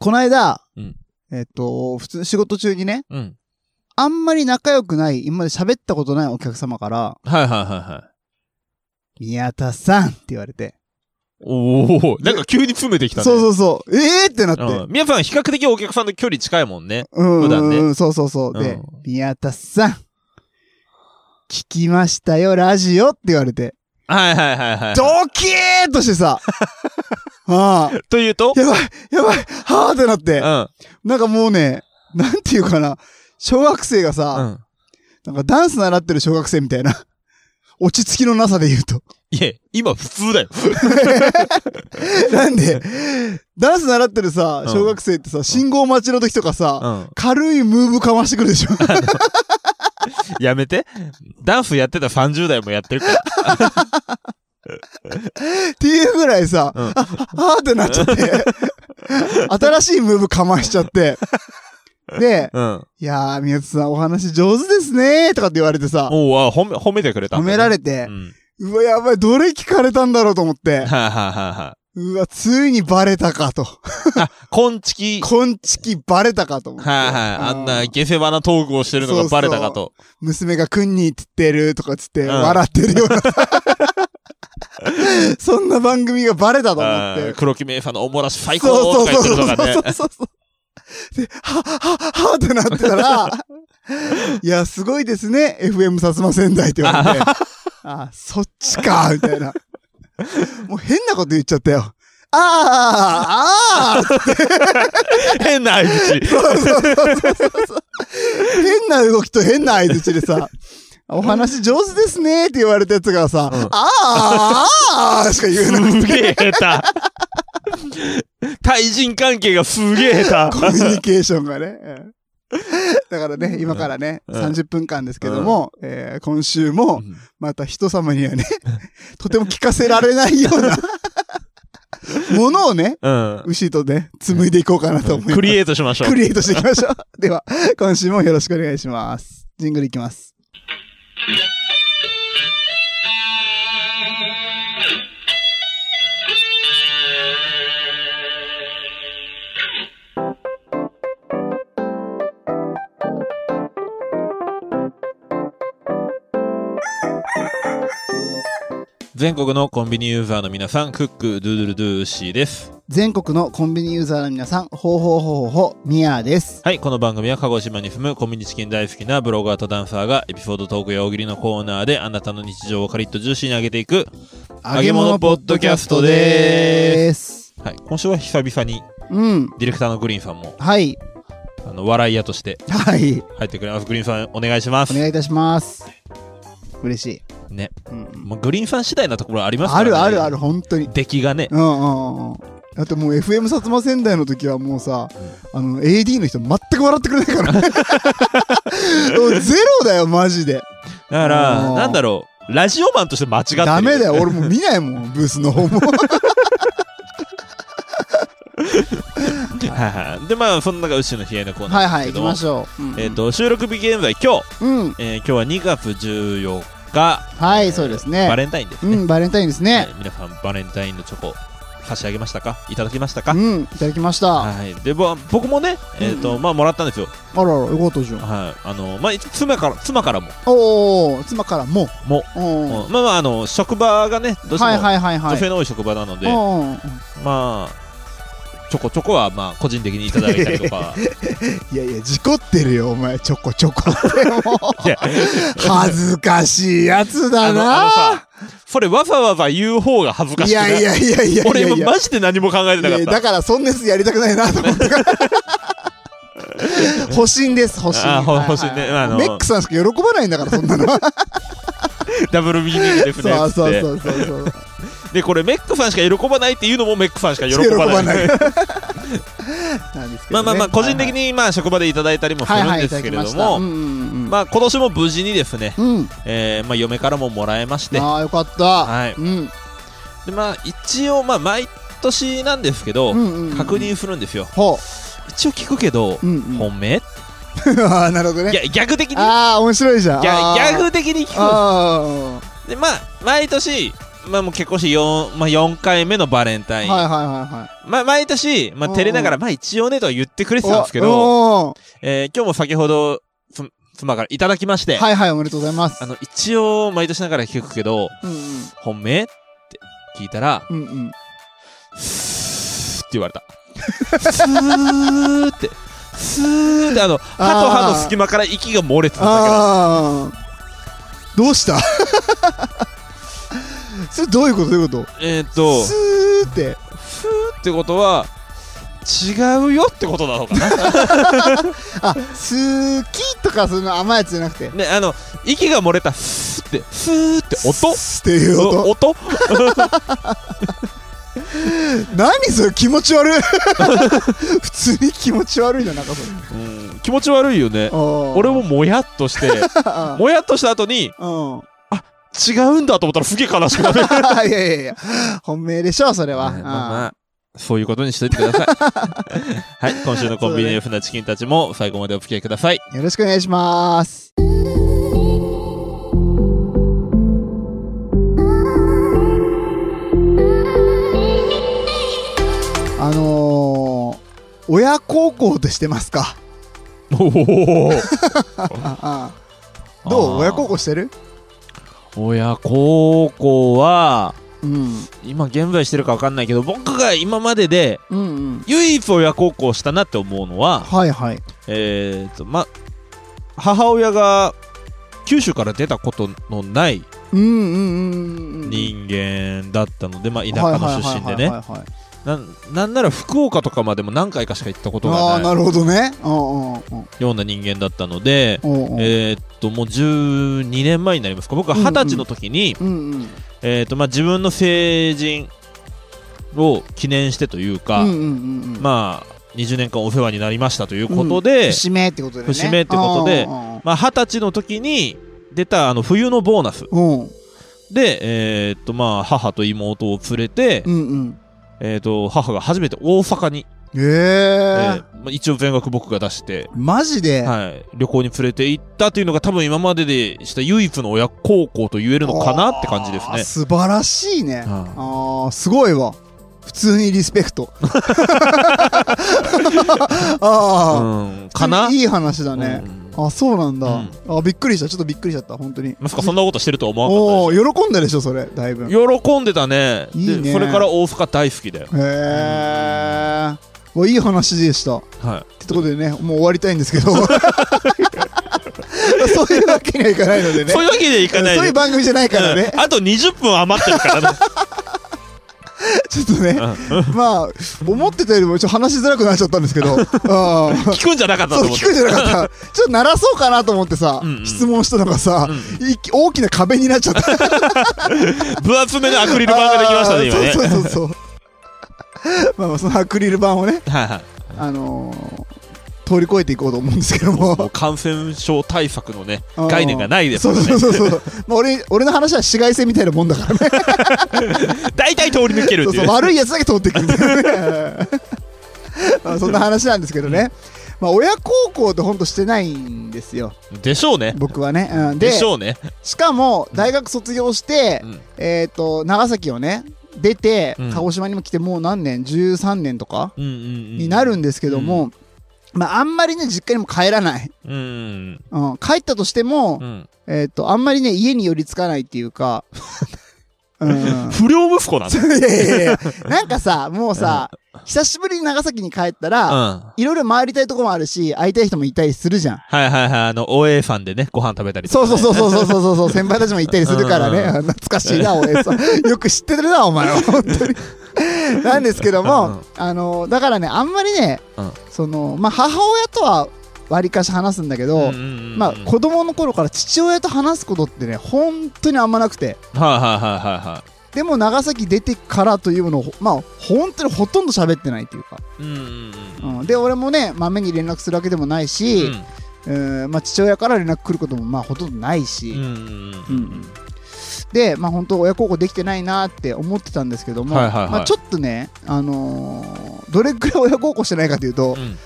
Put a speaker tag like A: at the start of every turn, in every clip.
A: この間、
B: うん
A: えっと、普通に仕事中にね、
B: うん。
A: あんまり仲良くない、今まで喋ったことないお客様から、
B: はいはいはいはい。
A: 宮田さんって言われて。
B: おお、なんか急に詰めてきたね。
A: そうそうそう。えーってなって。
B: うん。皆さん比較的お客さんの距離近いもんね。
A: うん。
B: 普段ね
A: うんそうそうそう。で、
B: うん
A: 宮田さん、聞きましたよ、ラジオって言われ て。
B: はいはいはいはい。
A: ドキーッとしてさ。 ああ。
B: というと
A: やばい、やばい、はあってなっ
B: う
A: て。
B: ん。
A: なんかもうね、なんていうかな。小学生が
B: う
A: さ、
B: ん。
A: なんかダンス習ってる小学生みたいな。落ち着きのなさで言うと。
B: いえ、今普通だよ。
A: なんで、ダンス習ってるさ
B: う、ん
A: 小学生ってさ、信号待ちの時とかさ、
B: うん。
A: 軽いムーブかましてくるでしょ。
B: やめて。ダンスやってた30代もやってるから。
A: っていうぐらいさ、
B: うん
A: あ、ああーってなっちゃ って、新しいムーブかましちゃって、で、
B: うん。
A: いやー、宮津さんお話上手ですねーとかって言われてさ、
B: おうあ、褒め、褒めてくれた
A: 褒
B: んだね。
A: められ
B: て
A: て
B: う、ん。
A: うわ、やばい、どれ聞かれたんだろうと思って、
B: はいはいはいは
A: うわ、ついにバレたかと。
B: い。あ、こんちき。はい
A: こんちきバレたかと思って。
B: はい。あんな下世話なトークをしてるのがバレたかと。
A: 娘がくんにって言ってるとかつって、
B: うん
A: 笑ってるよう な。そんな番組がバレたと思
B: あ
A: って
B: ー。黒木メイさんのおもらし最高
A: そ
B: と
A: う
B: か
A: そう
B: 言
A: そ
B: ってる
A: う
B: のがね
A: そう。そうそうそう。で、は、は、はってなってた ら、いや、すごいですね、FM 薩摩仙台って言われて。あ、そっちか、みたいな。もう変なこと言っちゃったよ。あーあーあー
B: 変な相 槌。
A: そうそうそうそうそう変な動きと変な相槌でさ、お話上手ですねって言われたやつがさ、
B: うん
A: あーあーあーしか言えなくて
B: すげえ下手。対人関係がすげえ下
A: コミュニケーションがね。うんだからね、今からね、
B: うん
A: 30分間ですけども、えー今週も、また人様にはね、 とても聞かせられないようなものをね、
B: 手。うん。
A: 牛とね、紡いでいこうかなと思います。
B: クリエイトしましょう
A: ク。リエイトしていきましょう。では、今週もよろしくお願いします。ジングルいきます。
B: 全国のコンビニユーザーの皆さん、クック、ドゥドゥルドゥーシーです。
A: 全国のコンビニユーザーの皆さん、ほうほうほうほう、ミヤーです。
B: はい、この番組は鹿児島に住むコンビニチキン大好きなブロガーとダンサーがエピソードトークや大喜利のコーナーであなたの日常をカリッとジューシーに上げていく。揚げ物ポッドキャストで
A: ーす。
B: はい、今週は久々に
A: うん。
B: ディレクターのグリーンさんも、
A: はい。
B: あの、笑い屋として
A: はい。
B: 入ってくれます。グリーンさん、お願いしま
A: お
B: す。
A: 願いいたします。嬉しい。
B: ね。
A: うんうん
B: まあ、グリーンさん次第なところあります
A: あ
B: からね。
A: るあるある、。本当に。
B: 出来がね。
A: うんうんうん。だってもう FM 薩摩仙台の時はもうさ、あの AD の人全く笑ってくれないからね。 もうゼロだよ、マジで。
B: だか
A: あ
B: ら、
A: ー
B: なんだろう、ラジオマンとして間違ってる。
A: ダメだよ、俺もう見ないもん、ブースの方も。
B: はいはい。で、まあ、そんな中、牛の冷えのコーナー。
A: はいはい、
B: け
A: 行
B: ど
A: きましょう。うん
B: えっ、と、収録日現在、今日、
A: うん。
B: えー今日は2月14日、
A: はい、そうです
B: バ
A: ね。
B: レンタインです
A: う
B: ね。
A: ん、バレンタインです
B: え
A: ね。
B: ー皆さん、バレンタインのチョコ、差し上げましたかいただきました
A: う
B: か
A: ん、いただきました。あ
B: はい。で、ぼ僕もね、えっ、と、まあ、もらったんですよ。
A: らあら、よかったじゃん。
B: はい。あの、まあ、一応妻から、妻からも、
A: おー、妻からも。
B: も
A: う。うん。
B: うんまあまあ、あの、職場がね、どうしても、
A: はいはいはいはい。
B: 女性の多い職場なので、
A: うんうん
B: まあ、ちょこちょこは、まあ、個人的にいただいたり とか、
A: いやいや、事故ってるよ、お前、ちょこちょこって。もう
B: いや
A: 恥ずかしいやつだ
B: あの
A: な。
B: さそれわざわざ言う方が恥ずか
A: い
B: しくな
A: や
B: い
A: いやいやいやいや。
B: 俺今
A: いや
B: マジで何も考えてなかった
A: だから、そんなやつやりたくないなと思った から。保身です、保身。
B: あほ
A: はいはい
B: 保身ねあの
A: メックさんしか喜ばないんだから、そん なの。
B: ダブルミーニングですね
A: そうそう
B: つっ
A: そうそうそう。
B: てでこれメックさんしか喜ばないっていうのもメックさんしか喜
A: 喜ば
B: ばない
A: ない。
B: まあまあまあ個人的
A: に
B: にまあ職場でいただいたりもす
A: はい
B: る
A: は
B: ん
A: い
B: で
A: いただ
B: すけ
A: き
B: れ
A: ま
B: ど
A: した。うん
B: も
A: うん
B: まあ今年も無事にですね
A: うん。うん。
B: えーまあ嫁からももらえまして
A: ああよかった。
B: はい
A: うん。
B: でまあ一応まあ毎年なんですけど
A: うんうんうん
B: 確認するんですよ
A: ほ
B: 一応聞くけど
A: う。うんうん。
B: 本命
A: ああなるほどね。
B: いや逆的にギャ
A: ああ面白いじゃん。
B: ギ
A: あー
B: ャグ的に聞くんです
A: あ
B: でまあ毎年まあもう結婚して 4,、まあ、4回目のバレンタイン。
A: はいはいはいはい。
B: まあ毎年、まあ照れながら、まあ一応ねとは言ってくれてたんですけど、
A: おお
B: えー今日も先ほど、つ妻からいただきまして、
A: ーはいはい、おめでとうございます。
B: あの、一応毎年ながら聞くけど、
A: うん
B: 本命って聞いたら、
A: うん。うんうん。
B: スーって言われた。スーって。スーってあの、歯と歯の隙間から息が漏れてたんだけど。
A: ああ。どうした それどういうことどういうこ
B: えーっ
A: と
B: と、
A: スーって。
B: スーってことは、違うよってことなのかな
A: あ、スーキーとかその甘いやつじゃなくて。
B: ね、あの、息が漏れたスーって、スーって音
A: スーっていう音。
B: 音
A: 何それ気持ち悪い 普通に気持ち悪いな、なんかそれ。
B: うん気持ち悪いよね。
A: 俺
B: 俺ももやっとして、もやっとした後に、
A: も。うん。
B: 違うんだと思ったらすげえ悲しくなる。
A: いやいやいや、本命でしょ、それは。
B: ねまあまあそういうことにしといてく ださい。はい、今週のコンビニエフなチキンたちも最後までお付き合いください。
A: うんよろしくお願いします。あのー、親孝行ってしてますか
B: おお。
A: ああどう親孝行してる
B: 行親孝行は、
A: うん。
B: 今現在してるか分かんないけど、僕が今までで
A: うんうん。
B: 唯一親孝行したなって思うのは、
A: はいはい。
B: えっ、と、ま、母親が九州から出たことのない
A: うんうんうんうん。
B: 人間だったので、まあ、田舎の出身でね。
A: ね。
B: なんなんなら福岡とかまでも何回かしか行ったこと
A: ああ
B: が
A: ー、
B: な
A: ないるほどね。うんうんうん
B: ような人間だったので、
A: うんうん。
B: えーっともう12年前になりますか僕は
A: うんうん
B: 二十歳の時に、
A: うんうん。
B: えーっとまあ、自分の成人を記念してというか、
A: うんうんうんうん。
B: まあ、20年間お世話になりましたということで、
A: 節目ってことでね。
B: 節目ってことで
A: うんうんうん
B: まあ、20歳の時に出たあの冬のボーナス
A: うん。
B: で、えーっとまあ、母と妹を連れて、
A: うんうん。
B: えーっと母が初めて大阪に、
A: ええ
B: えーまあ、一応全額僕が出して。
A: マジで
B: はい、旅行に連れて行ったというのが多分今まででした唯一の親孝行と言えるのかなって感じです
A: あー
B: ね。
A: 素晴らしいね。
B: はい
A: ああ、すごいわ。普通にリスペク ト。あ
B: うん、
A: あ。
B: かない
A: い話だね
B: う。ん
A: あ、そうなんだ。
B: うん
A: あ、びっくりした。ちょっとびっくりしちゃった。本当に。
B: まさかそんなことしてるとは思わなか
A: お
B: った
A: お、喜んだでしょ、それ。だいぶ。
B: で
A: へ
B: しょ喜んでたね
A: いいね
B: でそれから大阪大好きだよ、
A: え。おいい話でした。
B: は
A: ってとこでね、もう終わりたいんですけど。 そういうわけにはいかないので
B: い、
A: ね。
B: そういうわけにはいかない
A: そういう番組じゃないからね
B: う。んあと20分余って るからね
A: ちょっとね、まあ、思ってたよりもちょっと話しづらくなっちゃったんですけ ど、ああ
B: 聞くんじゃなかった
A: そ
B: と
A: う、
B: 思っ
A: 聞
B: て
A: くんじゃなかった。 ちょっと鳴らそうかなと思ってさ、
B: うんうん
A: 質問したのがさ、
B: う
A: い大きな壁になっちゃった。フ
B: 分厚めのアクリル板ができましたね今ね
A: そうそう そうそう。まあまあ、そのアクリル板をね、
B: はいはい
A: あのー通り越えていこうと思うんですけど
B: もう
A: も。
B: 感染症対策のね概念がないです
A: そ
B: か
A: う
B: らね
A: そうそうそう。まあ、俺、俺の話は紫外線みたいなもんだからね。
B: 大体通り抜ける
A: そ
B: っ
A: う
B: て
A: そう
B: い
A: う
B: ね
A: 悪いやつだけ通っていくみたいな ねまあそんな話なんですけどね、まあ、親孝行ってほんとしてないんですよ
B: でしょうね
A: 僕はね、うん、
B: で
A: で
B: し
A: し
B: ょうね
A: かも大学卒業して、
B: うん
A: えっ、と長崎をね出て
B: うん
A: 鹿児島にも来てもう何年13年とか
B: うんうん
A: になるん
B: で
A: ですけども、まあ、あんまりね実家にも帰らない、
B: うん
A: うん、帰ったとしても、
B: うん
A: えっ、とあんまりね家に寄りつかないっていう か、うん、
B: 不良息子なんだ
A: いやいやいやなんかさ、もうさ、久しぶりに長崎に帰ったら、
B: うん
A: いろいろ回りたいとこもあるし、会いたい人もいたりするじゃん。
B: はいはいはい、あの、OA さんでね、ご飯食べたりとか
A: そう
B: ね、
A: そうそうそうそうそうそうそう、先輩たちもいたりするからね。
B: うん
A: あ懐かしいな、俺さ。よく知ってるな、お 前は。本当に。なんですけども、
B: うん
A: あの、だからね、あんまりね、
B: うん
A: その、まあ、母親とは割りかし話すんだけど、
B: うんうんうんうん
A: まあ、
B: はい
A: 子供の頃から父親と話すことってね、本当にあんまなくて。
B: はいはいはいは
A: でも長崎出てからというのを、まあ、本当にほとんど喋ってないっていうか。
B: い。うんうんうん。
A: うん、で俺もねまめに連絡するわけでもないし、うんまあ、父親から連絡来ることもまあほとんどないし、
B: うんうんうん
A: うんうんでまあ本当親孝行できてないなって思ってたんですけども、
B: はいはいはい
A: まあ、ちょっとね、あのーどれくらい親孝行してないかというと、
B: うん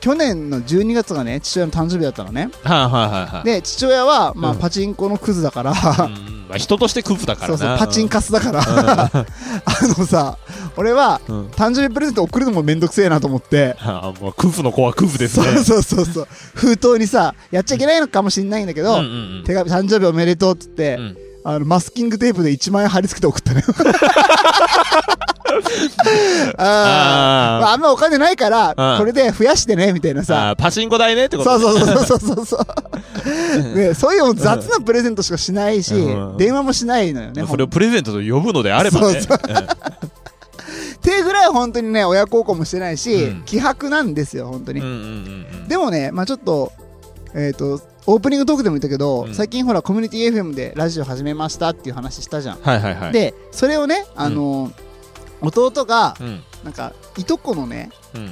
A: 去年の12月がね父親の誕生日だったのね
B: はいはいはいはい。
A: で父親は、まあ、
B: うん
A: パチンコのクズだから、
B: うんうんか人としてクズだから
A: そう
B: な
A: そうパチン
B: カ
A: カスだから あのさ俺は
B: うん、うん
A: 誕生日プレゼント送るのもめんどくせえなと思って
B: あーもうクズの子はクズです
A: そ
B: ね
A: うそうそう そう封筒にさやっちゃいけないのかもしれないんだけど、
B: うんうんうん
A: 手紙誕生日おめでとうっつって、
B: うん
A: あのマスキングテープで1万円貼り付けて送ったの よあー
B: あー
A: まあ、あんまお金ないから
B: うん
A: これで増やしてねみたいなさ
B: あーパチンコ台ねってこと
A: そう
B: う
A: そうそうそうそう そう、ね、そういう雑なプレゼントしかしないし、
B: うん
A: 電話もしないのよね
B: それをプレゼントと呼ぶのであればね
A: そうってぐらい本当にね親孝行もしてないし、
B: うん
A: 希薄なんですよ本当に、
B: うんうんうんうん
A: でもねまあちょっとえっ、とオープニングトークでも言ったけど、
B: うん
A: 最近ほらコミュニティ FM でラジオ始めましたっていう話したじゃん、
B: はいはいはい
A: でそれをねあのー弟が
B: うんうん
A: なんかいとこのね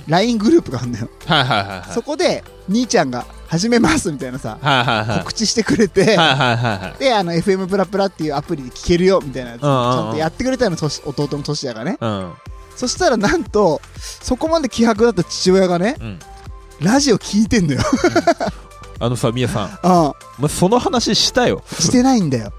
A: LINE グループがあるんだよ、
B: はいはいはいはい
A: そこで兄ちゃんが始めますみたいなさ
B: はいはいはい
A: 告知してくれて、
B: はいはいはいはい
A: であの FM プラプラっていうアプリで聞けるよみたいなやつ、
B: うんうんうん
A: ちゃんとやってくれたのとし弟のトシヤがね
B: うん
A: そしたらなんとそこまで希薄だった父親がね
B: うん
A: ラジオ聞いてん のよ、
B: あのさみ やさん
A: うん、
B: まその話したよ
A: してないんだよ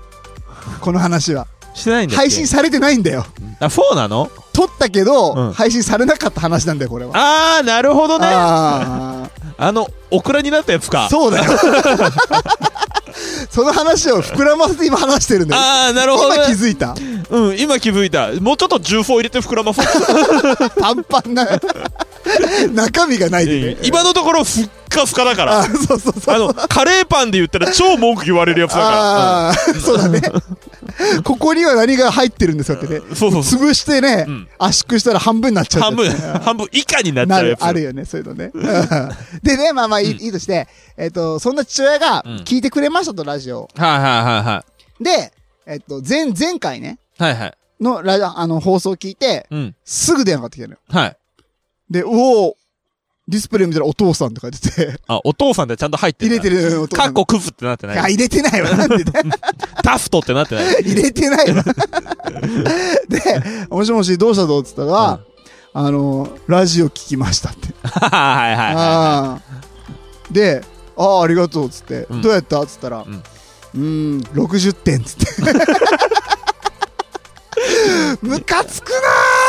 A: この話は
B: してないんだっけ
A: 配信されてないんだよ
B: あそうなの
A: 撮ったけど、
B: うん
A: 配信されなかった話なんだよこれは
B: ああなるほどねあ
A: あ
B: のオクラになったやつ
A: あ
B: か
A: そうだよその話を膨らませて今話してるんだよ
B: ああなるほど
A: 今
B: ね
A: 気づいた
B: うん今気づいたもうちょっと重曹入れて膨らまそう
A: パンパンな中身がないでね
B: 今のところふっかふかだから
A: あーそうそうそう
B: あのカレーパンで言ったら超文句言われるやつだか
A: ああー、そうだね。ここには何が入ってるんですかってね。
B: らうんそうそうそう
A: 潰してね、
B: うん
A: 圧縮したら半分になっちゃう
B: 半
A: って
B: 分
A: やつね。
B: 半分以下になっち
A: な
B: ゃうや
A: る
B: つ、
A: あるよね、そういうのね。うんでね、まあまあいい,、
B: うん
A: いいとして、えっ、と、そんな父親が
B: うん
A: 聞いてくれましたと、ラジオ。
B: はいはいはいは
A: で、えっ、と、前、前回ね、
B: いはいはい
A: のラジオ、あの、放送を聞いて、
B: うん
A: すぐ電話かかってきたのよ。
B: はい
A: で、おおディスプレイ見たらお父さんとか出て、
B: あお父さんでちゃんと入って
A: 入
B: る
A: れてるお父
B: か
A: さん。
B: っ
A: あ
B: こクズってなってない
A: 入れてないわ、なんでだよ
B: タフトってなってない
A: 入れてない わで、もしもしどうしたのって言ったら、あの、ラジオ聞きましたって。
B: はいはいは
A: あーで、ああ、ありがとうっつって、
B: うん
A: どうやったっつったら、う
B: うん
A: ーん、60点っつって。 ムカつくな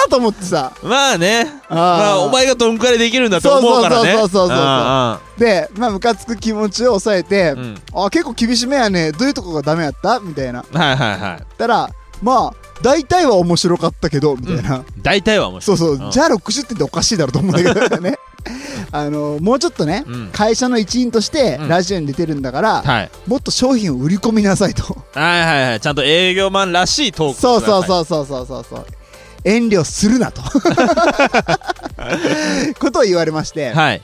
A: ーと思ってさ。
B: い。まあね。
A: あー
B: まあ、お前がどんくらいできるんだと思うから
A: そう
B: ね。
A: そうそうそうそうそう
B: あ
A: で、まあ、ムカつく気持ちを抑えて、
B: ーうん。
A: あー結構厳しめやね。どういうとこがダメやったみたいな。言
B: はいはいはい。
A: ったら、まあ、大体は面白かったけど、みたいな。
B: 大体は面白
A: そ
B: い。
A: うそう、
B: ん
A: じゃあ60点っておかしいだろうと思うんだけどねあのもうちょっとね、
B: うん
A: 会社の一員として
B: うん
A: ラジオに出てるんだから、
B: はい。
A: もっと商品を売り込みなさいと
B: はいはいはい。ちゃんと営業マンらしいトーク
A: そうそう
B: う。
A: そうそうそうそうそう遠慮するな とことを言われまして、
B: はい。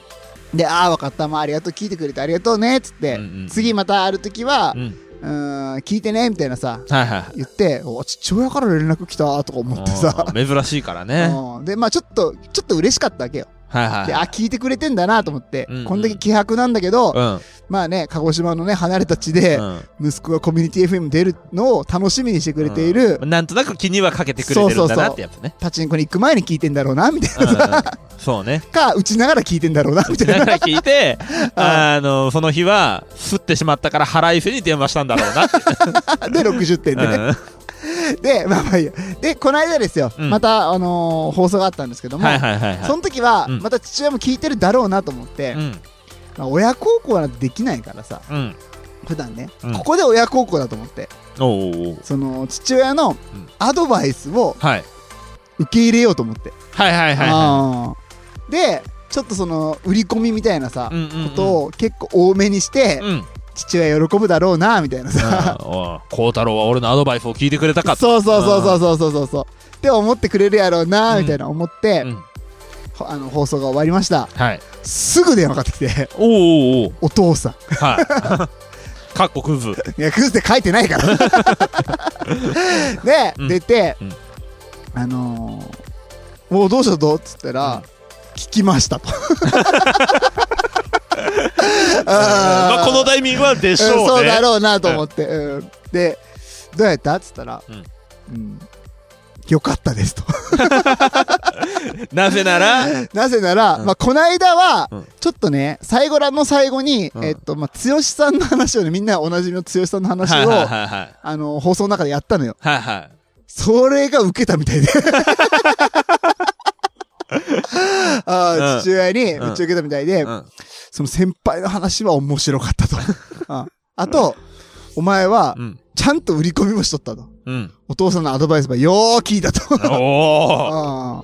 A: でああ分かったまあありがとう聞いてくれてありがとうねっつって、
B: うんうん
A: 次またある時は
B: う、ん。
A: うーん聞いてねみたいなさ
B: はいは
A: 言ってお父親から連絡来たとか
B: い
A: 思
B: は
A: っ
B: い。
A: てさ
B: うん珍しいからね。
A: うんでまあちょっとちょっと嬉しかったわけよ
B: はいは
A: で
B: い
A: あ
B: はい。
A: 聞いてくれてんだなと思って、
B: うんうん
A: こんだけ希薄なんだけど、
B: うん。
A: まあね鹿児島のね離れた地で、
B: うん
A: 息子がコミュニティ FM 出るのを楽しみにしてくれている、
B: うんなんとなく気にはかけてくれてるんだなってやつね。
A: パチンコに行く前に聞いてんだろうなみたいな、
B: うんそうね。
A: か打ちながら聞いてんだろうなみたいな
B: だから聞い て、あの、その日は、すってしまったから腹いせに電話したんだろうなって。
A: で60点でね、
B: う
A: でまあまあいいやでこの間ですよ、
B: うん
A: また、あのー放送があったんですけど
B: ん
A: も、
B: はいはいはいは
A: その時は、
B: うん
A: また父親も聞いてるだろうなと思って、
B: い。うん。
A: まあ親孝行はできないからさ
B: うん。
A: 普段ね、
B: うん
A: ここで親孝行だと思って
B: おうおうおう
A: その父親の
B: ん
A: アドバイスを
B: はい。
A: 受け入れようと思って
B: はいはいはいは
A: あーでちょっとその売り込みみたいなさ、
B: い。うんうんうん
A: ことを結構多めにして、
B: うん。
A: 父親喜ぶだろうなみたいなさ、
B: 孝太郎は俺のアドバイスを聞いてくれたかった。
A: そうそうそうそうそうそうそうそうって思ってくれるやろうなみたいな思って、
B: うん
A: ほあの放送が終わりました
B: はい。
A: すぐ電話かかってきて
B: おうおうおう
A: お父さん
B: はい。 かっこクズ。
A: いやクズって書いてないから で、
B: うん
A: 出て、
B: うん
A: あのー、もうどうしたとっつったら、
B: うん
A: 聞きましたとあー
B: まあこのタイミングはでしょう
A: うん
B: ね。
A: そうだろうなと思って、うんでどうやったっつったら、
B: う
A: うんんよかったですと。
B: なぜなら、
A: なぜなら、
B: うん
A: まあ、この間は
B: うん、
A: ちょっとね、最後らの最後に、
B: うん
A: えっと、まあ、剛さんの話をね、みんなおなじみの剛さんの話
B: はいはい
A: を、
B: はいはい。
A: あの、放送の中でやったのよ。
B: はいはい。
A: それが受けたみ たいで。あ
B: う
A: あ、
B: ん
A: 父親にめっちゃ
B: うん
A: 受けたみたいで、
B: うん
A: その先輩の話は面白かった と。ああと、お前は
B: う、ん。
A: ちゃんと売り込みもしとったと。
B: うん。
A: お父さんのアドバイスばよー聞いたと。
B: おー
A: あ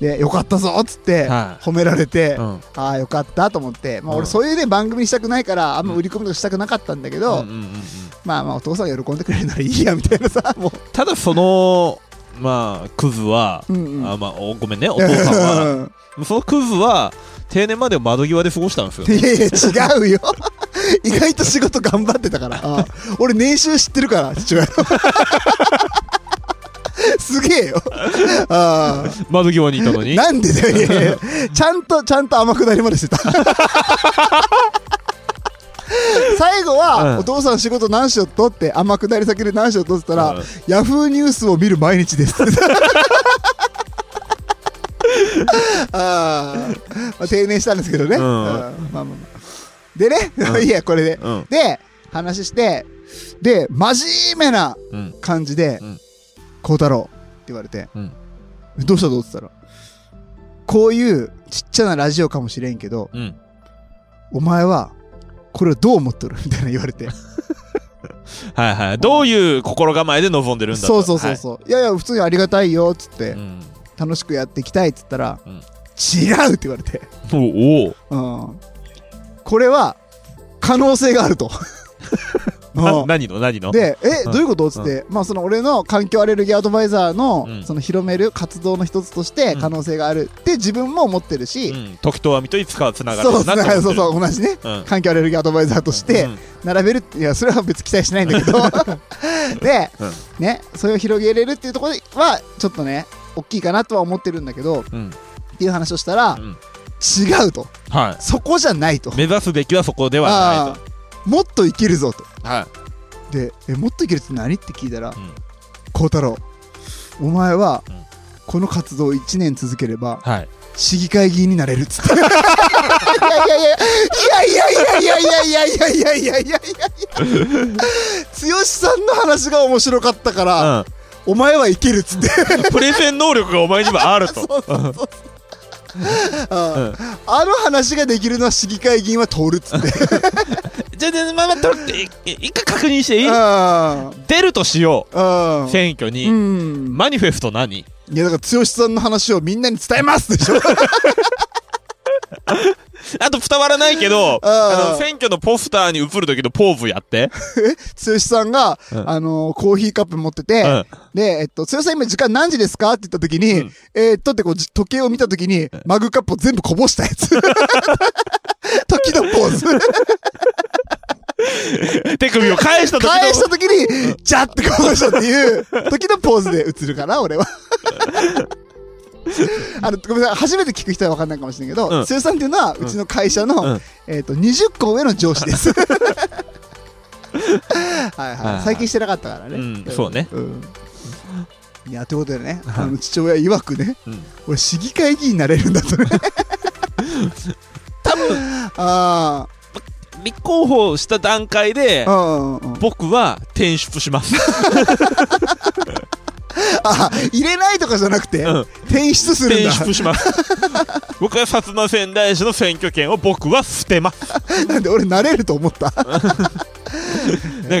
A: ーで、よかったぞっつって、
B: はい
A: 褒められて、
B: うん。
A: ああ、よかったと思って、まあ、
B: うん
A: 俺そういうね、番組したくないから、あんま売り込みとかしたくなかったんだけど、
B: うんうんうんうん
A: まあまあ、お父さんが喜んでくれるならいいや、みたいなさ、も
B: ただその、まあ、クズは
A: う。、うんうん。
B: あまあ、おごめんね、お父さんは。そのクズは、定年まで窓際で過ごしたんですよ
A: い。やいや、違うよ。 意外と仕事頑張ってたから。ああ俺、年収知ってるから、父親の。 すげえよ。ああ
B: 窓際にいたのに。
A: なんでだよいやい や。ちゃんと、ちゃんと天下りまでしてた。最後は、
B: うん
A: お父さん仕事何しよっとって天下り先で何しよっとって言ったら、
B: うん
A: ヤフーニュースを見る毎日 です。あー、まあ、定年したんですけどね。
B: うん
A: うんまあまあまあでね、 いや、これで、
B: うん。
A: で、話して、で、真面目な
B: うん。
A: 感じで
B: うん、
A: 孝、太郎って言われて、
B: うん。
A: どうしたどうって言ったら、こういうちっちゃなラジオかもしれんけど、
B: うん。
A: お前は、これをどう思っとるみたいな言わ れて。
B: はいはい。どういう心構えで臨んでるんだと
A: そうそうそうそう。い、やいや、普通にありがたいよ、つって、
B: はいうん。
A: 楽しくやっていきたいっつったら、
B: うん
A: 違うって言われて。
B: おお
A: うん。これは、可能性がある と。
B: な
A: うん
B: 何の何の
A: で、え、
B: うん
A: どういうことっつって、まあ、その俺の環境アレルギーアドバイザーの、
B: うん
A: その広める活動の一つとして
B: うん
A: 可能性があるって自分も思ってる
B: う
A: し、
B: ん。時と網といつかはつながる
A: そ
B: よ
A: うそう
B: なって思ってる
A: そうそう、同じね、
B: うん
A: 環境アレルギーアドバイザーとして
B: うん
A: 並べるって、いや、それは別に期待しないんだけど、 で、
B: うん
A: ね、それを広げれるっていうところは、ちょっとね、大きいかなとは思ってるんだけど、
B: うん。
A: っていう話をしたら、
B: うん
A: 違うと。
B: は
A: そこじゃないと
B: い。。目指すべきはそこで
A: あ
B: は
A: ーもっといけるぞと。
B: ないと。はい。
A: で、え、もっといけるって何って聞いたら、
B: うん
A: 孝太郎、お前は
B: うん、
A: この活動を1年続ければ、
B: はい。
A: 市議会議員になれるっつって。いやいやいやいやいやいやいやいやいやいやいやいやいやいや剛さんの話が面白かったから、
B: うん。
A: お前はいけるっつって。
B: プレゼン能力がお前にはあると。
A: あ
B: うん
A: ーあの話ができるのは市議会議員は通るっつって。
B: じゃあじゃあ、まあまあ、とい一回確認していい
A: あー
B: 出るとしよ
A: あ
B: う。
A: ー
B: 選挙
A: う
B: に。
A: ん。
B: マニフェスト何
A: いや、だから、剛さんの話をみんなに伝えます でしょ
B: あと伝わらないけど、
A: あー
B: あの、選挙のポスターに映る時のポーズや って。
A: 剛さんが、
B: うん
A: あのーコーヒーカップ持ってて、
B: うん
A: で、えっと、剛さん今時間何時ですかって言った時に、
B: うん
A: えーっとってこう、じ時計を見た時に、マグカップを全部こぼしたやつ。 時のポーズ。
B: 手首を返した時の
A: 返した時に、ジャッてこぼしたっていう、時のポーズで映るかな、俺は。あの、ごめんなさい、初めて聞く人は分かんないかもしれないけど、
B: うん
A: 剛さんっていうのは、うちの会社の、
B: うん
A: えっと、20個上の上司 です。はい
B: はいは
A: はいい。最近してなかったからね。
B: うんそうね
A: うん。いや、ということでね、あの父親曰くね、
B: うん
A: 俺、市議会議員になれるんだとね。
B: 多分、
A: あ
B: 立候補した段階で
A: あ、う、んうんうん。
B: 僕は転出します。
A: あ、入れないとかじゃなくて、
B: うん
A: 転出するん
B: 転
A: だ。
B: 出します。 僕は薩摩仙台市の選挙権を僕は捨てます。
A: なんで俺なれると思った
B: なん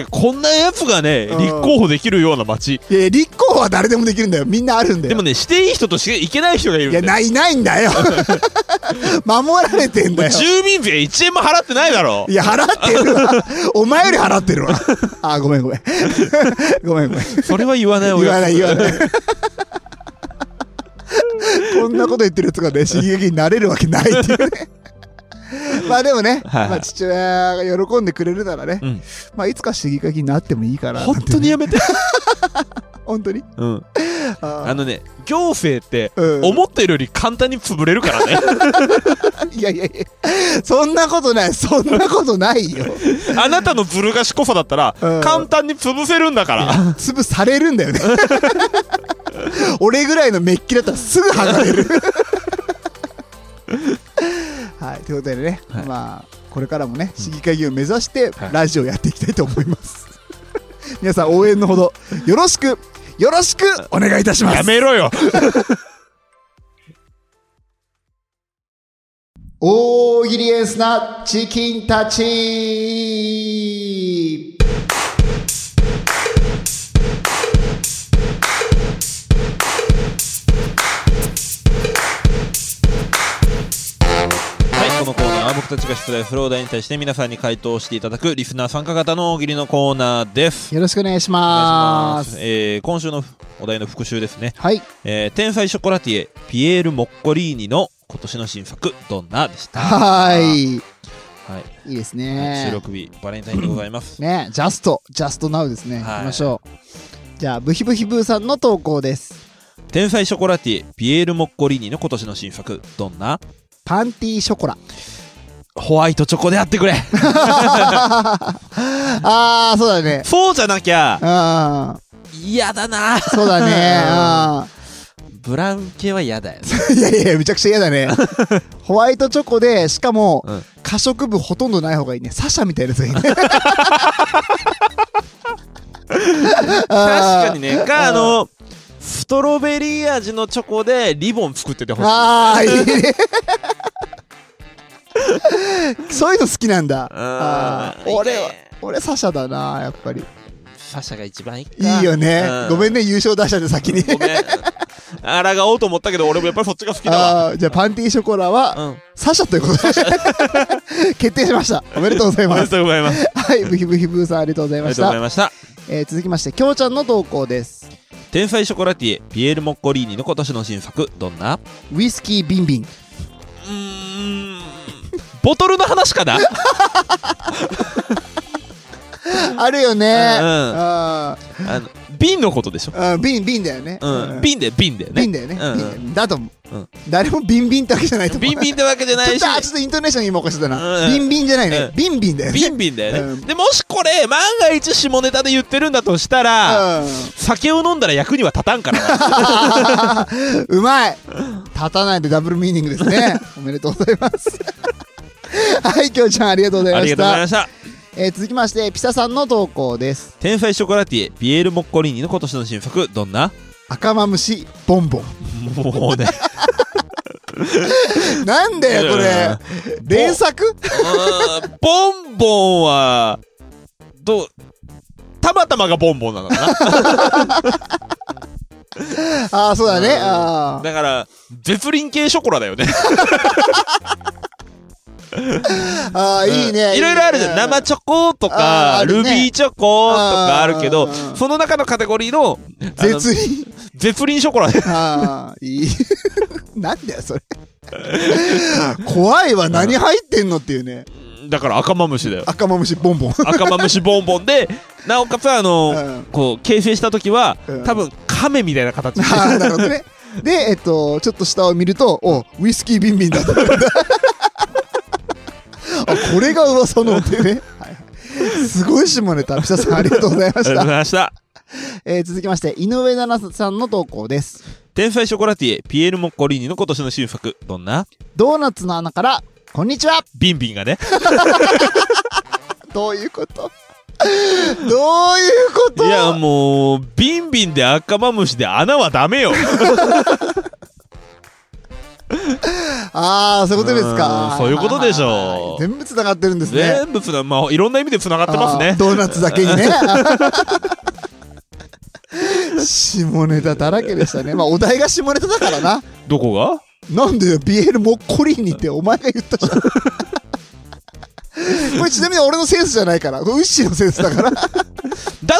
B: かこんなやつがね、
A: う
B: 立
A: ん
B: 候補できるような街。
A: いや立候補は誰でもできるんだよみんなあるんだよ
B: でもね、していい人としていけない人がいるん
A: い
B: だ
A: や
B: よ。
A: ないないんだ よ守られてんだよ
B: 住民税1円も払ってないだろ
A: い。や払ってるわお前より払ってる わあごめんごめん ごめんごめん
B: それは言わない
A: 言わない言わ
B: い。
A: ない こんなこと言ってるやつがね刺激になれるわけないっていう ねまあでもね、
B: はい
A: まあ、父親が喜んでくれるならね、
B: うん
A: まあいつか刺激になってもいいから
B: 本当にやめて。
A: 本当に
B: うん。
A: あ
B: あのね、行政って、
A: うん
B: 思ってるより簡単に潰れるからね。
A: いやいやいや、そんなことない、そんなことないよ。
B: あなたのずる賢さだったら、
A: うん
B: 簡単に潰せるんだから。
A: 潰されるんだよね。 俺ぐらいのメッキだったらすぐ剥がれる はいということでね、
B: はい
A: まあこれからもね市議会議員を目指して
B: はい
A: ラジオやっていきたいと思います、 皆さん応援のほどよろしくよろしくお願いいたします
B: やめろ よ
A: 大喜利エンスなチキンたち
B: はい、このコーナーは僕たちが出題するお題に対して皆さんに回答していただくリスナー参加型の大喜利のコーナーです。
A: よろしくお願いし
B: お
A: ま
B: 願いしますす。えー、今週のお題の復習ですね。
A: はい
B: えー、天才ショコラティエ、ピエール・モッコリーニの今年の新作、どんなでした。
A: はーい
B: はい。
A: いいです
B: 収
A: ね
B: 録日、バレンタインでございます。
A: ねジャストジャストナウですね、
B: はい
A: 行きましょうじゃあブヒブヒブーさんの投稿です
B: 天才ショコラティエ、ピエール・モッコリーニの今年の新作、どんな
A: パンティーショコ ラ
B: ホワイトチョコであってくれ
A: ああそうだね
B: そうじゃなきゃ、
A: ああ
B: 嫌だな
A: そうだねあ
B: ブラウン系は嫌だよ ね。
A: ーいやいやめちゃくちゃ嫌だねホワイトチョコでしかも、
B: うん
A: 可食部ほとんどない方がいいねサシャみたいなやつがい いね
B: 確かにね。か、あの、ストロベリー味のチョコでリボン作っててほしい。
A: ああいい ねそういうの好きなんだあー
B: うん
A: 俺
B: いい
A: は
B: ね
A: 俺サシャだなやっぱり
B: サシャが一番いいか
A: いいよね、ごめん
B: ね。
A: ね優勝出しちゃって先に
B: ごめん。 あらがおうと思ったけど、俺もやっぱりそっちが好きだわ。
A: あーじゃあパンティーショコラは、
B: うん。
A: サシャということで 決定しましたおめでとうござい
B: おめ
A: ま
B: ですとうございます。
A: はいブヒブヒブーさんありがとうござい
B: あり
A: ま
B: が
A: し
B: とうござい
A: た、
B: ました。
A: えー続きましてきょうちゃんの投稿です
B: 天才ショコラティエ、ピエール・モッコリーニの今年の新作、どんな
A: ウイスキービン ビン
B: うーん。ボトルの話かな
A: あるよね、
B: うんうん
A: あー
B: あの、瓶のことでしょ。
A: あービンビンだよね、
B: うん。瓶で、瓶だよね。
A: ビンだよね、
B: うん
A: ビンだと思う、
B: うん
A: 誰もビンビンってわけじゃないと思う
B: 瓶瓶ってわけじゃな
A: ちょ
B: い
A: っ
B: し
A: と、あちょっとイントネーション今おかしいだな、
B: うん
A: ビンビンじゃないね、
B: うん
A: ビンビンだよね
B: ビンビンだよね、
A: うん
B: でもしこれ万が一下ネタで言ってるんだとしたら、酒を飲んだら役には立たんからな
A: うん、うまい立たないでダブルミーニングです ねおめでとうございます はいきょうちゃんありがとうござい
B: あ
A: ま
B: り
A: し
B: がとうござい
A: た
B: ました
A: えー続きましてピサさんの投稿です
B: 天才ショコラティエピエール・モッコリーニの今年の新作どんな
A: 赤まむしボンボン
B: も うね
A: なんだよこれ連作
B: うーんボンボンはどうたまたまがボンボンなのかな
A: ああそうだね
B: うん
A: あー
B: だから絶倫系ショコラだよね
A: あーいいね
B: いろいろあるじゃん生チョコと
A: あー
B: か
A: ある
B: ル
A: ね
B: ビーチョコとかあるけ
A: あ
B: ど
A: ー
B: その中のカテゴリーのあの
A: 絶倫
B: 絶倫ショコラ
A: ああ、いい。なんだよ、それ。怖いわ、何入ってんのっていうね。
B: だから赤マムシ だよ。
A: 赤まむしボンボン。
B: 赤マムシボンボンで、なおかつあ
A: う
B: の、
A: ん
B: こう、形成した時は、
A: うん
B: 多分亀みたいな形。
A: ああ、なるほどね。で、えっと、ちょっと下を見ると、おウイスキービンビンだ ったんだ。あ、これが噂のってね。はいはいすごい下ネタ。ピサさん、ありがとうございま
B: あり
A: し
B: がとうご
A: た。
B: ざいました。
A: えー続きまして、井上七瀬さんの投稿です。
B: 天才ショコラティエ、ピエール・モッコリーニの今年の新作。どんな
A: ドーナツの穴から、こんにちは
B: ビンビン がね。
A: どういうことどういうこ
B: い
A: と
B: や、もう、ビンビンで赤マムシで穴はダメよ。
A: ああ、そういうことです
B: う
A: か
B: ん。そういうことでしょう
A: はい全部繋がってるんですね。
B: 全部つな、まあ、いろんな意味で繋がってます
A: あ
B: ね
A: ー。ドーナツだけにね。下ネタだらけでしたね。まあ、お題が下ネタだからな。
B: どこが
A: なんでよ、ビエールもっこりにってお前が言ったじゃん。これちなみに俺のセンスじゃないから。これウッシーのセンスだから。
B: だ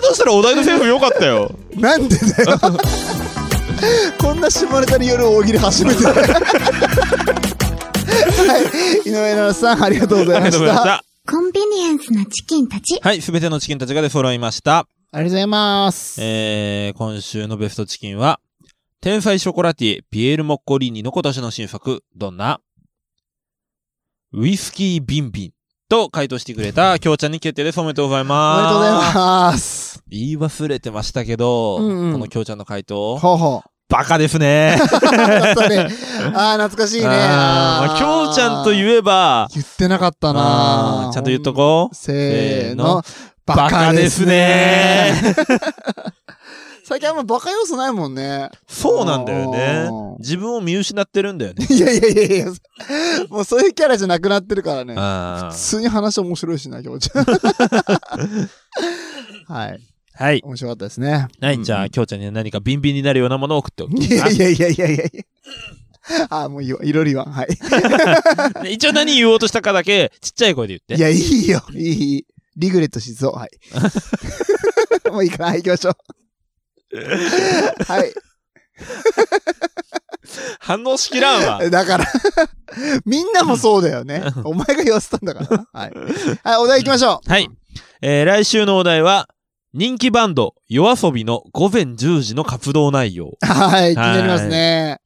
B: としたらお題のセーフ良かったよ。
A: なんでだよ。こんな下ネタによる大喜利初めてだよ。はい。井上奈々さん、ありがとうご
B: あ
A: ざいま
B: りがと
A: し。
B: うございましたた。
C: コンビニエンスなチキンたち。
B: はい、すべてのチキンたちが出揃いました。
A: ありがとうございます。
B: えー、今週のベストチキンは、天才ショコラティエ、ピエール・モッコリーニの今年の新作、どんなウイスキー・ビンビンと回答してくれた、きょうちゃんに決定です。おめでとうござい
A: おめでとうござい
B: ま
A: ま
B: す。
A: す。
B: 言い忘れてましたけど、
A: うんうん
B: このきょうちゃんの回答、
A: ほうほ
B: バカですね。
A: あったね。ああ、懐かしいね。
B: あーまあ、きょうちゃんと言えば、
A: 言ってなかった
B: あ
A: な
B: ーちゃんと言っとこう。
A: せー
B: せーの
A: の。バカです
B: バカ
A: ね。
B: ですね
A: 最近あんまバカ要素ないもんね。
B: そうなんだよね
A: う。ん
B: 自分を見失ってるんだよね。
A: いやいやいやいや、もうそういうキャラじゃなくなってるからね。
B: あ
A: 普
B: ー
A: 通に話面白いしな、きょうち ゃん。はい。
B: はい。
A: 面白かったですね。
B: はい、じゃあ、きょうちゃんに何かビンビンになるようなものを送っておき
A: いやいやいやいやいやいや。あー、もういいわ。いろいろ言わん。はい。
B: あ一応何言おうとしたかだけ、ちっちゃい声で
A: い
B: 言って。
A: や、いいよ。いいいい。リグレットし そう。はい。もういいかな。はい、行きましょう。はい。
B: 反応しきら んわ。
A: だから、みんなもそうだよね。お前が言わせたんだからな。はい。はい、お題行きましょう。
B: はい。えー来週のお題は、人気バンド、夜遊びの午前10時の活動内容。
A: はい、気になりますね。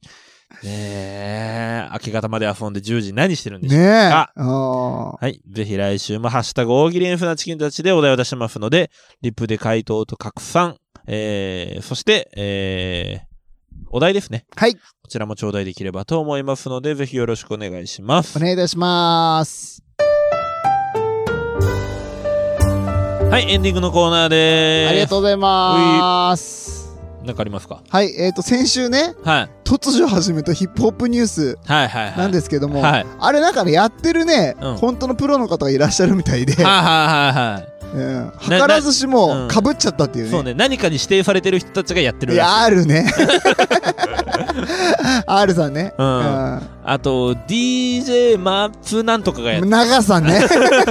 B: ねえ、明け方まで遊んで10時何してるんでしょう
A: ねえ。
B: あ
A: うん
B: はい。ぜひ来週もハッシュタグ大喜利エンフなチキンたちでお題を出しますので、リプで回答と拡散、えー、そして、えー、お題ですね。
A: はい
B: こちらも頂戴できればと思いますので、ぜひよろしくお願いします
A: お。願いいたします。
B: はい、エンディングのコーナーでーす。
A: ありがとうございます。
B: う。なんかありますか
A: はい、えっ、と、先週ね、
B: はい。
A: 突如始めたヒップホップニュース
B: はいはいはい。
A: なんですすけども、
B: はい。
A: あれなんかね、やってるね、
B: うん
A: 本当のプロの方がいらっしゃるみたいで、
B: はいはいはいはい。
A: うん、図らずしも
B: な
A: 被っちゃったっていうね。
B: そうね、何かに指定されてる人たちがやってる
A: い
B: らしい。
A: や、ある ね。R さんね。
B: う
A: うんん。
B: あと、DJ マップなんとかがやってる。
A: 長さんね。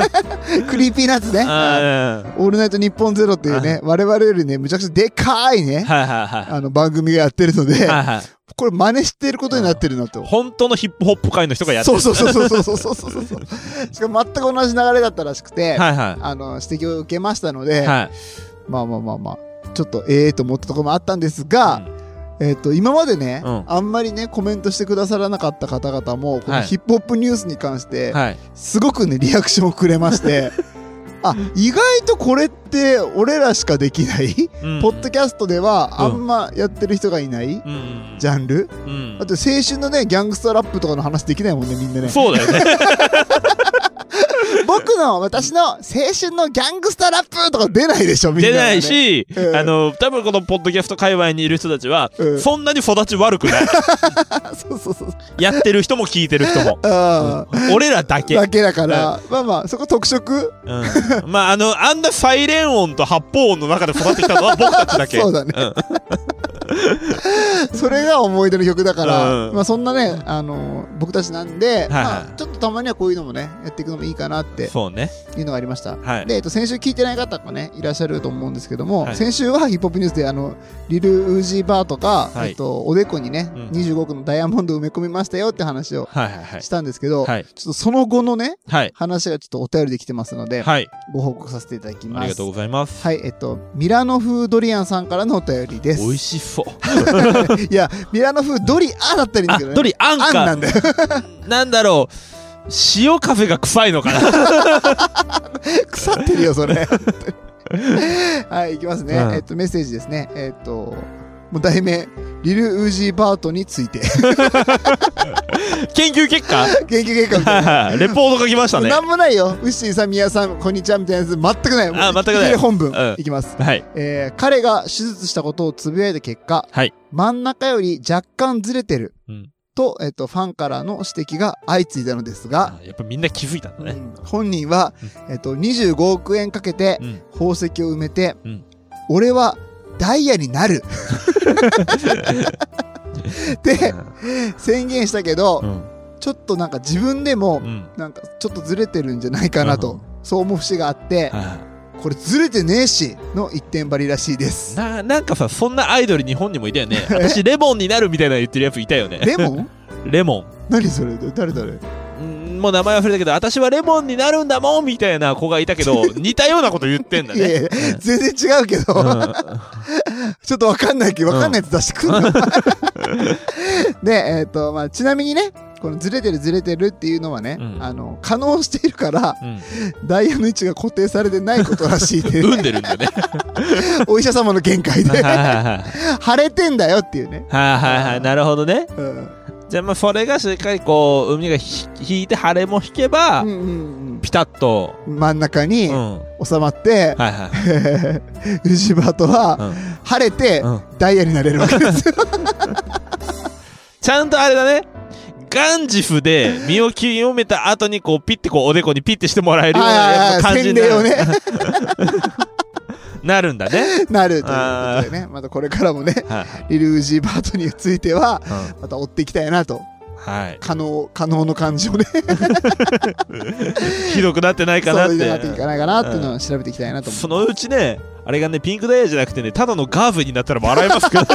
A: クリーピーナッツね。
B: あー
A: オールナイトニッポンゼロっていうね、我々よりね、むちゃくちゃでかいね、
B: はいはいは
A: あの番組がやってるの
B: い。
A: で、
B: はいはい。
A: これ真似してることになってるなと。
B: 本当のヒップホップ界の人がやって
A: そ
B: る。
A: うそうそうそうそうそうそうそう。しかも全く同じ流れだったらしくて、
B: はいは
A: あの、指摘を受けましたの
B: い。
A: で、
B: はい。
A: まあまあまあまあ、ちょっとええと思ったところもあったんですが、えっと今までね、
B: うん
A: あんまりねコメントしてくださらなかった方々もこ
B: は
A: の
B: い
A: ヒップホップニュースに関し
B: う
A: て、
B: んはい。
A: すごくねリアクションをくれまして あ意外とこれって俺らしかできない、
B: うん
A: ポッドキャストではあんまやってる人がいない、
B: うん。
A: ジャンル
B: うん
A: あと青春のねギャングスタラップとかの話できないもんねみんなね
B: そうだよね。
A: 僕の私の青春のギャングスタラップとか出ないでしょみんな、
B: 出ない、し、
A: うん
B: あの、多分このポッドキャスト界隈にいる人たちは、
A: うん
B: そんなに育ち悪くない。
A: あ そうそうそう
B: やってる人も聞いてる人も。
A: あー
B: 俺らだけ。う
A: だけだから、まあまあそこ特色
B: んまあ、あの、あんなサイレン音と発砲音の中で育ってきたのは僕たちだけ。
A: そう だね
B: ん
A: それが思い出の曲だから、
B: うん
A: まあそんなね、あのー僕たちなんで、
B: い
A: まあ、ちょっとたまにはこういうのもね、やっていくのもいいかなって
B: そうね。
A: いうのがありました。
B: はい。
A: で、えっと、先週聞いてない方もね、いらっしゃると思うんですけども、
B: はい
A: 先週はヒップホップニュースで、あの、リル・ウージー・バーとか、
B: はい
A: えっと、おでこにね、
B: うん
A: 25区のダイヤモンドを埋め込みましたよって話を
B: はいはいはい
A: し。たんですけど、
B: はい。
A: ちょっとその後のね、
B: はい。
A: 話がちょっとお便りで来てますので、
B: はい。
A: ご報告させていただきます。
B: ありがとうございます。
A: はい、えっと、ミラノ風ドリアンさんからのお便りです。
B: 美味しそう。
A: いや、ミラノ風ドリアだったらいいんだ
B: あ、
A: けどね。
B: ドリアン
A: アンな
B: か
A: ん。だよ。
B: なんだろう。塩カフェが臭いの かな
A: 腐ってるよ、それ。 はい、いきますね。
B: うん
A: えっと、メッセージですね。えっと、もう題名、リル・ウージー・バートについて。
B: 研究結果
A: 研究結果みたいな。
B: はい レポート書きましたね。
A: なんもないよ。ウッシーさん、ミヤさん、こんにちはみたいなやつ、全くない。
B: あ全くな
A: き
B: い
A: り本文、
B: うん
A: いきます。
B: はい。
A: えー彼が手術したことをつぶやいた結果、
B: はい
A: 真ん中より若干ずれてる。
B: うん
A: と、えっと、ファンからの指摘が相次いだのですが、
B: あやっぱみんな気づいたんだ
A: う
B: ね。
A: ん本人は、えっと、25億円かけて、
B: うん。
A: 宝石を埋めて、
B: うん
A: 俺はダイヤにな るって宣言したけど、
B: うん。
A: ちょっとなんか自分でも
B: うん。
A: なんかちょっとずれてるんじゃないかなと、
B: うん
A: そう思う節があって、
B: は
A: これずれてねえしの一点張りらしいで
B: い
A: す
B: ななんかさ、そんなアイドル日本にもいた よね。私、レモンになるみたいなの言ってるやついたよね。
A: レ モン
B: レモ
A: 何それ誰誰
B: ン。うんもう名前忘れたけど、私はレモンになるんだもんみたいな子がいたけど、似たようなこと言ってんだ
A: いやいや
B: ね。
A: 全然違 うけど、
B: うん
A: ちょっとわかんないけどわかんないやつ出してくんの、 で、えっ、と、まあ、ちなみにね、このずれてるずれてるっていうのはね、
B: うん
A: あの、可能しているから、
B: うん。
A: ダイヤの位置が固定されてないことらしい っていう
B: 産
A: ね、
B: んでる んだね。
A: お医者様の限界
B: は
A: で、
B: いはい
A: 腫
B: はい。
A: れてんだよっていうね。
B: はいはいはい。なるほどね。
A: うん。
B: じゃあまあそれがしっかりこう、海がひ引いて晴れも引けば、
A: うんうん
B: ピタッと。
A: うん、真ん中に
B: うん。はい
A: 収ま って、
B: は
A: えー牛バト
B: い。う
A: は
B: ん。
A: 晴れて
B: うん
A: ダイヤになれるわけ ですよ。
B: ちゃんとあれだね。ガンジフで身を清めた後にこうピッてこうおでこにピッてしてもらえるようなやっぱ感じ
A: 洗
B: にな
A: 礼
B: る
A: を ね、
B: なるんだね。
A: なるということでね、またこれからもね、
B: はい
A: リル・ウジーバートについては、
B: はい。
A: また追っていきたいなと。
B: うんはい。
A: 可能、可能の感じをね、
B: ひどくなってないかなっ
A: そう
B: て。
A: なってい かないかなっていうのを調べていきたいなと思
B: そのうちね、あれがね、ピンクダイヤじゃなくてね、ただのガーブになったら笑えま すから。
A: う。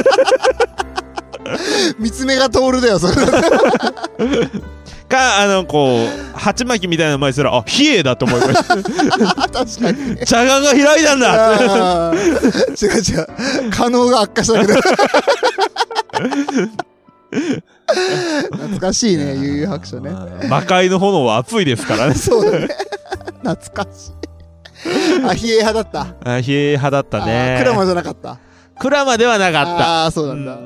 A: 見つめが通るだよ、それ。
B: か、あの、こう、鉢巻きみたいなの前にすら、あ、比叡だと思い ました。
A: 確かに。
B: 茶眼が開いたんだ
A: あー違う違う。可能が悪化したけど。懐かしいね、悠々白書ね。
B: うん魔界の炎は熱いですからね。
A: そうだね。懐かしい。あ、冷え派だった。
B: あ比叡派だった
A: あ
B: ね
A: ー。クラマじゃなかった。
B: クラマではなかった。
A: ああー、そうなんだ。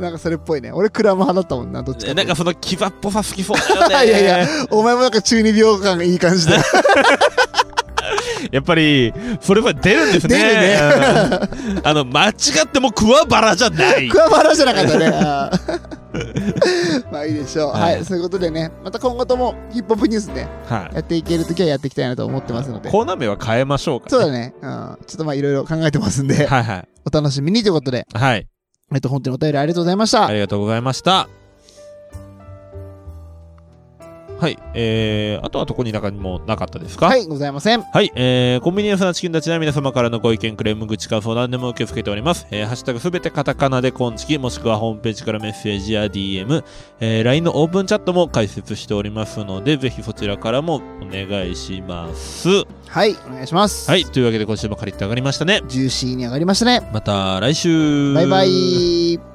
A: なんかそれっぽいね。俺クラマ派だったもんな、どっちか
B: う
A: とい
B: ん
A: うと。
B: なんかその牙っぽさ好きそうだよ ね。
A: いやいやお前もなんか中二病感がいい感じだよ。
B: やっぱり、それは出るんですね。
A: 出るね
B: うんあの、間違ってもクワバラじゃない
A: ク。ワバラじゃなか ったね。 あーまあいいでしょう。は、
B: はいい
A: そういうことでね、また今後ともヒップホップニュースね、
B: はい
A: やっていけるときはやっていきたいなと思ってますので。
B: コーナー名は変えましょうか。
A: そうだね。うん。ちょっとまあいろいろ考えてますんで、
B: はいはい。
A: お楽しみにということで、
B: はい。
A: えっと、本当にお便りありがとうございました。
B: ありがとうございました。はい。えー、あとはどこに中にもなかったですか
A: はい、ございません。
B: はい、えー、コンビニエンスなチキンたちの皆様からのご意見、クレーム、口、感想、何でも受け付けております。えー、ハッシュタグすべてカタカナでコンチキ、もしくはホームページからメッセージや DM、えー、LINE のオープンチャットも開設しておりますので、ぜひそちらからもお願いします。
A: はい、お願いします。
B: はい、。というわけで今週もカリッと上がりましたね。
A: ジューシーに上がりましたね。
B: また来週
A: バイバイ。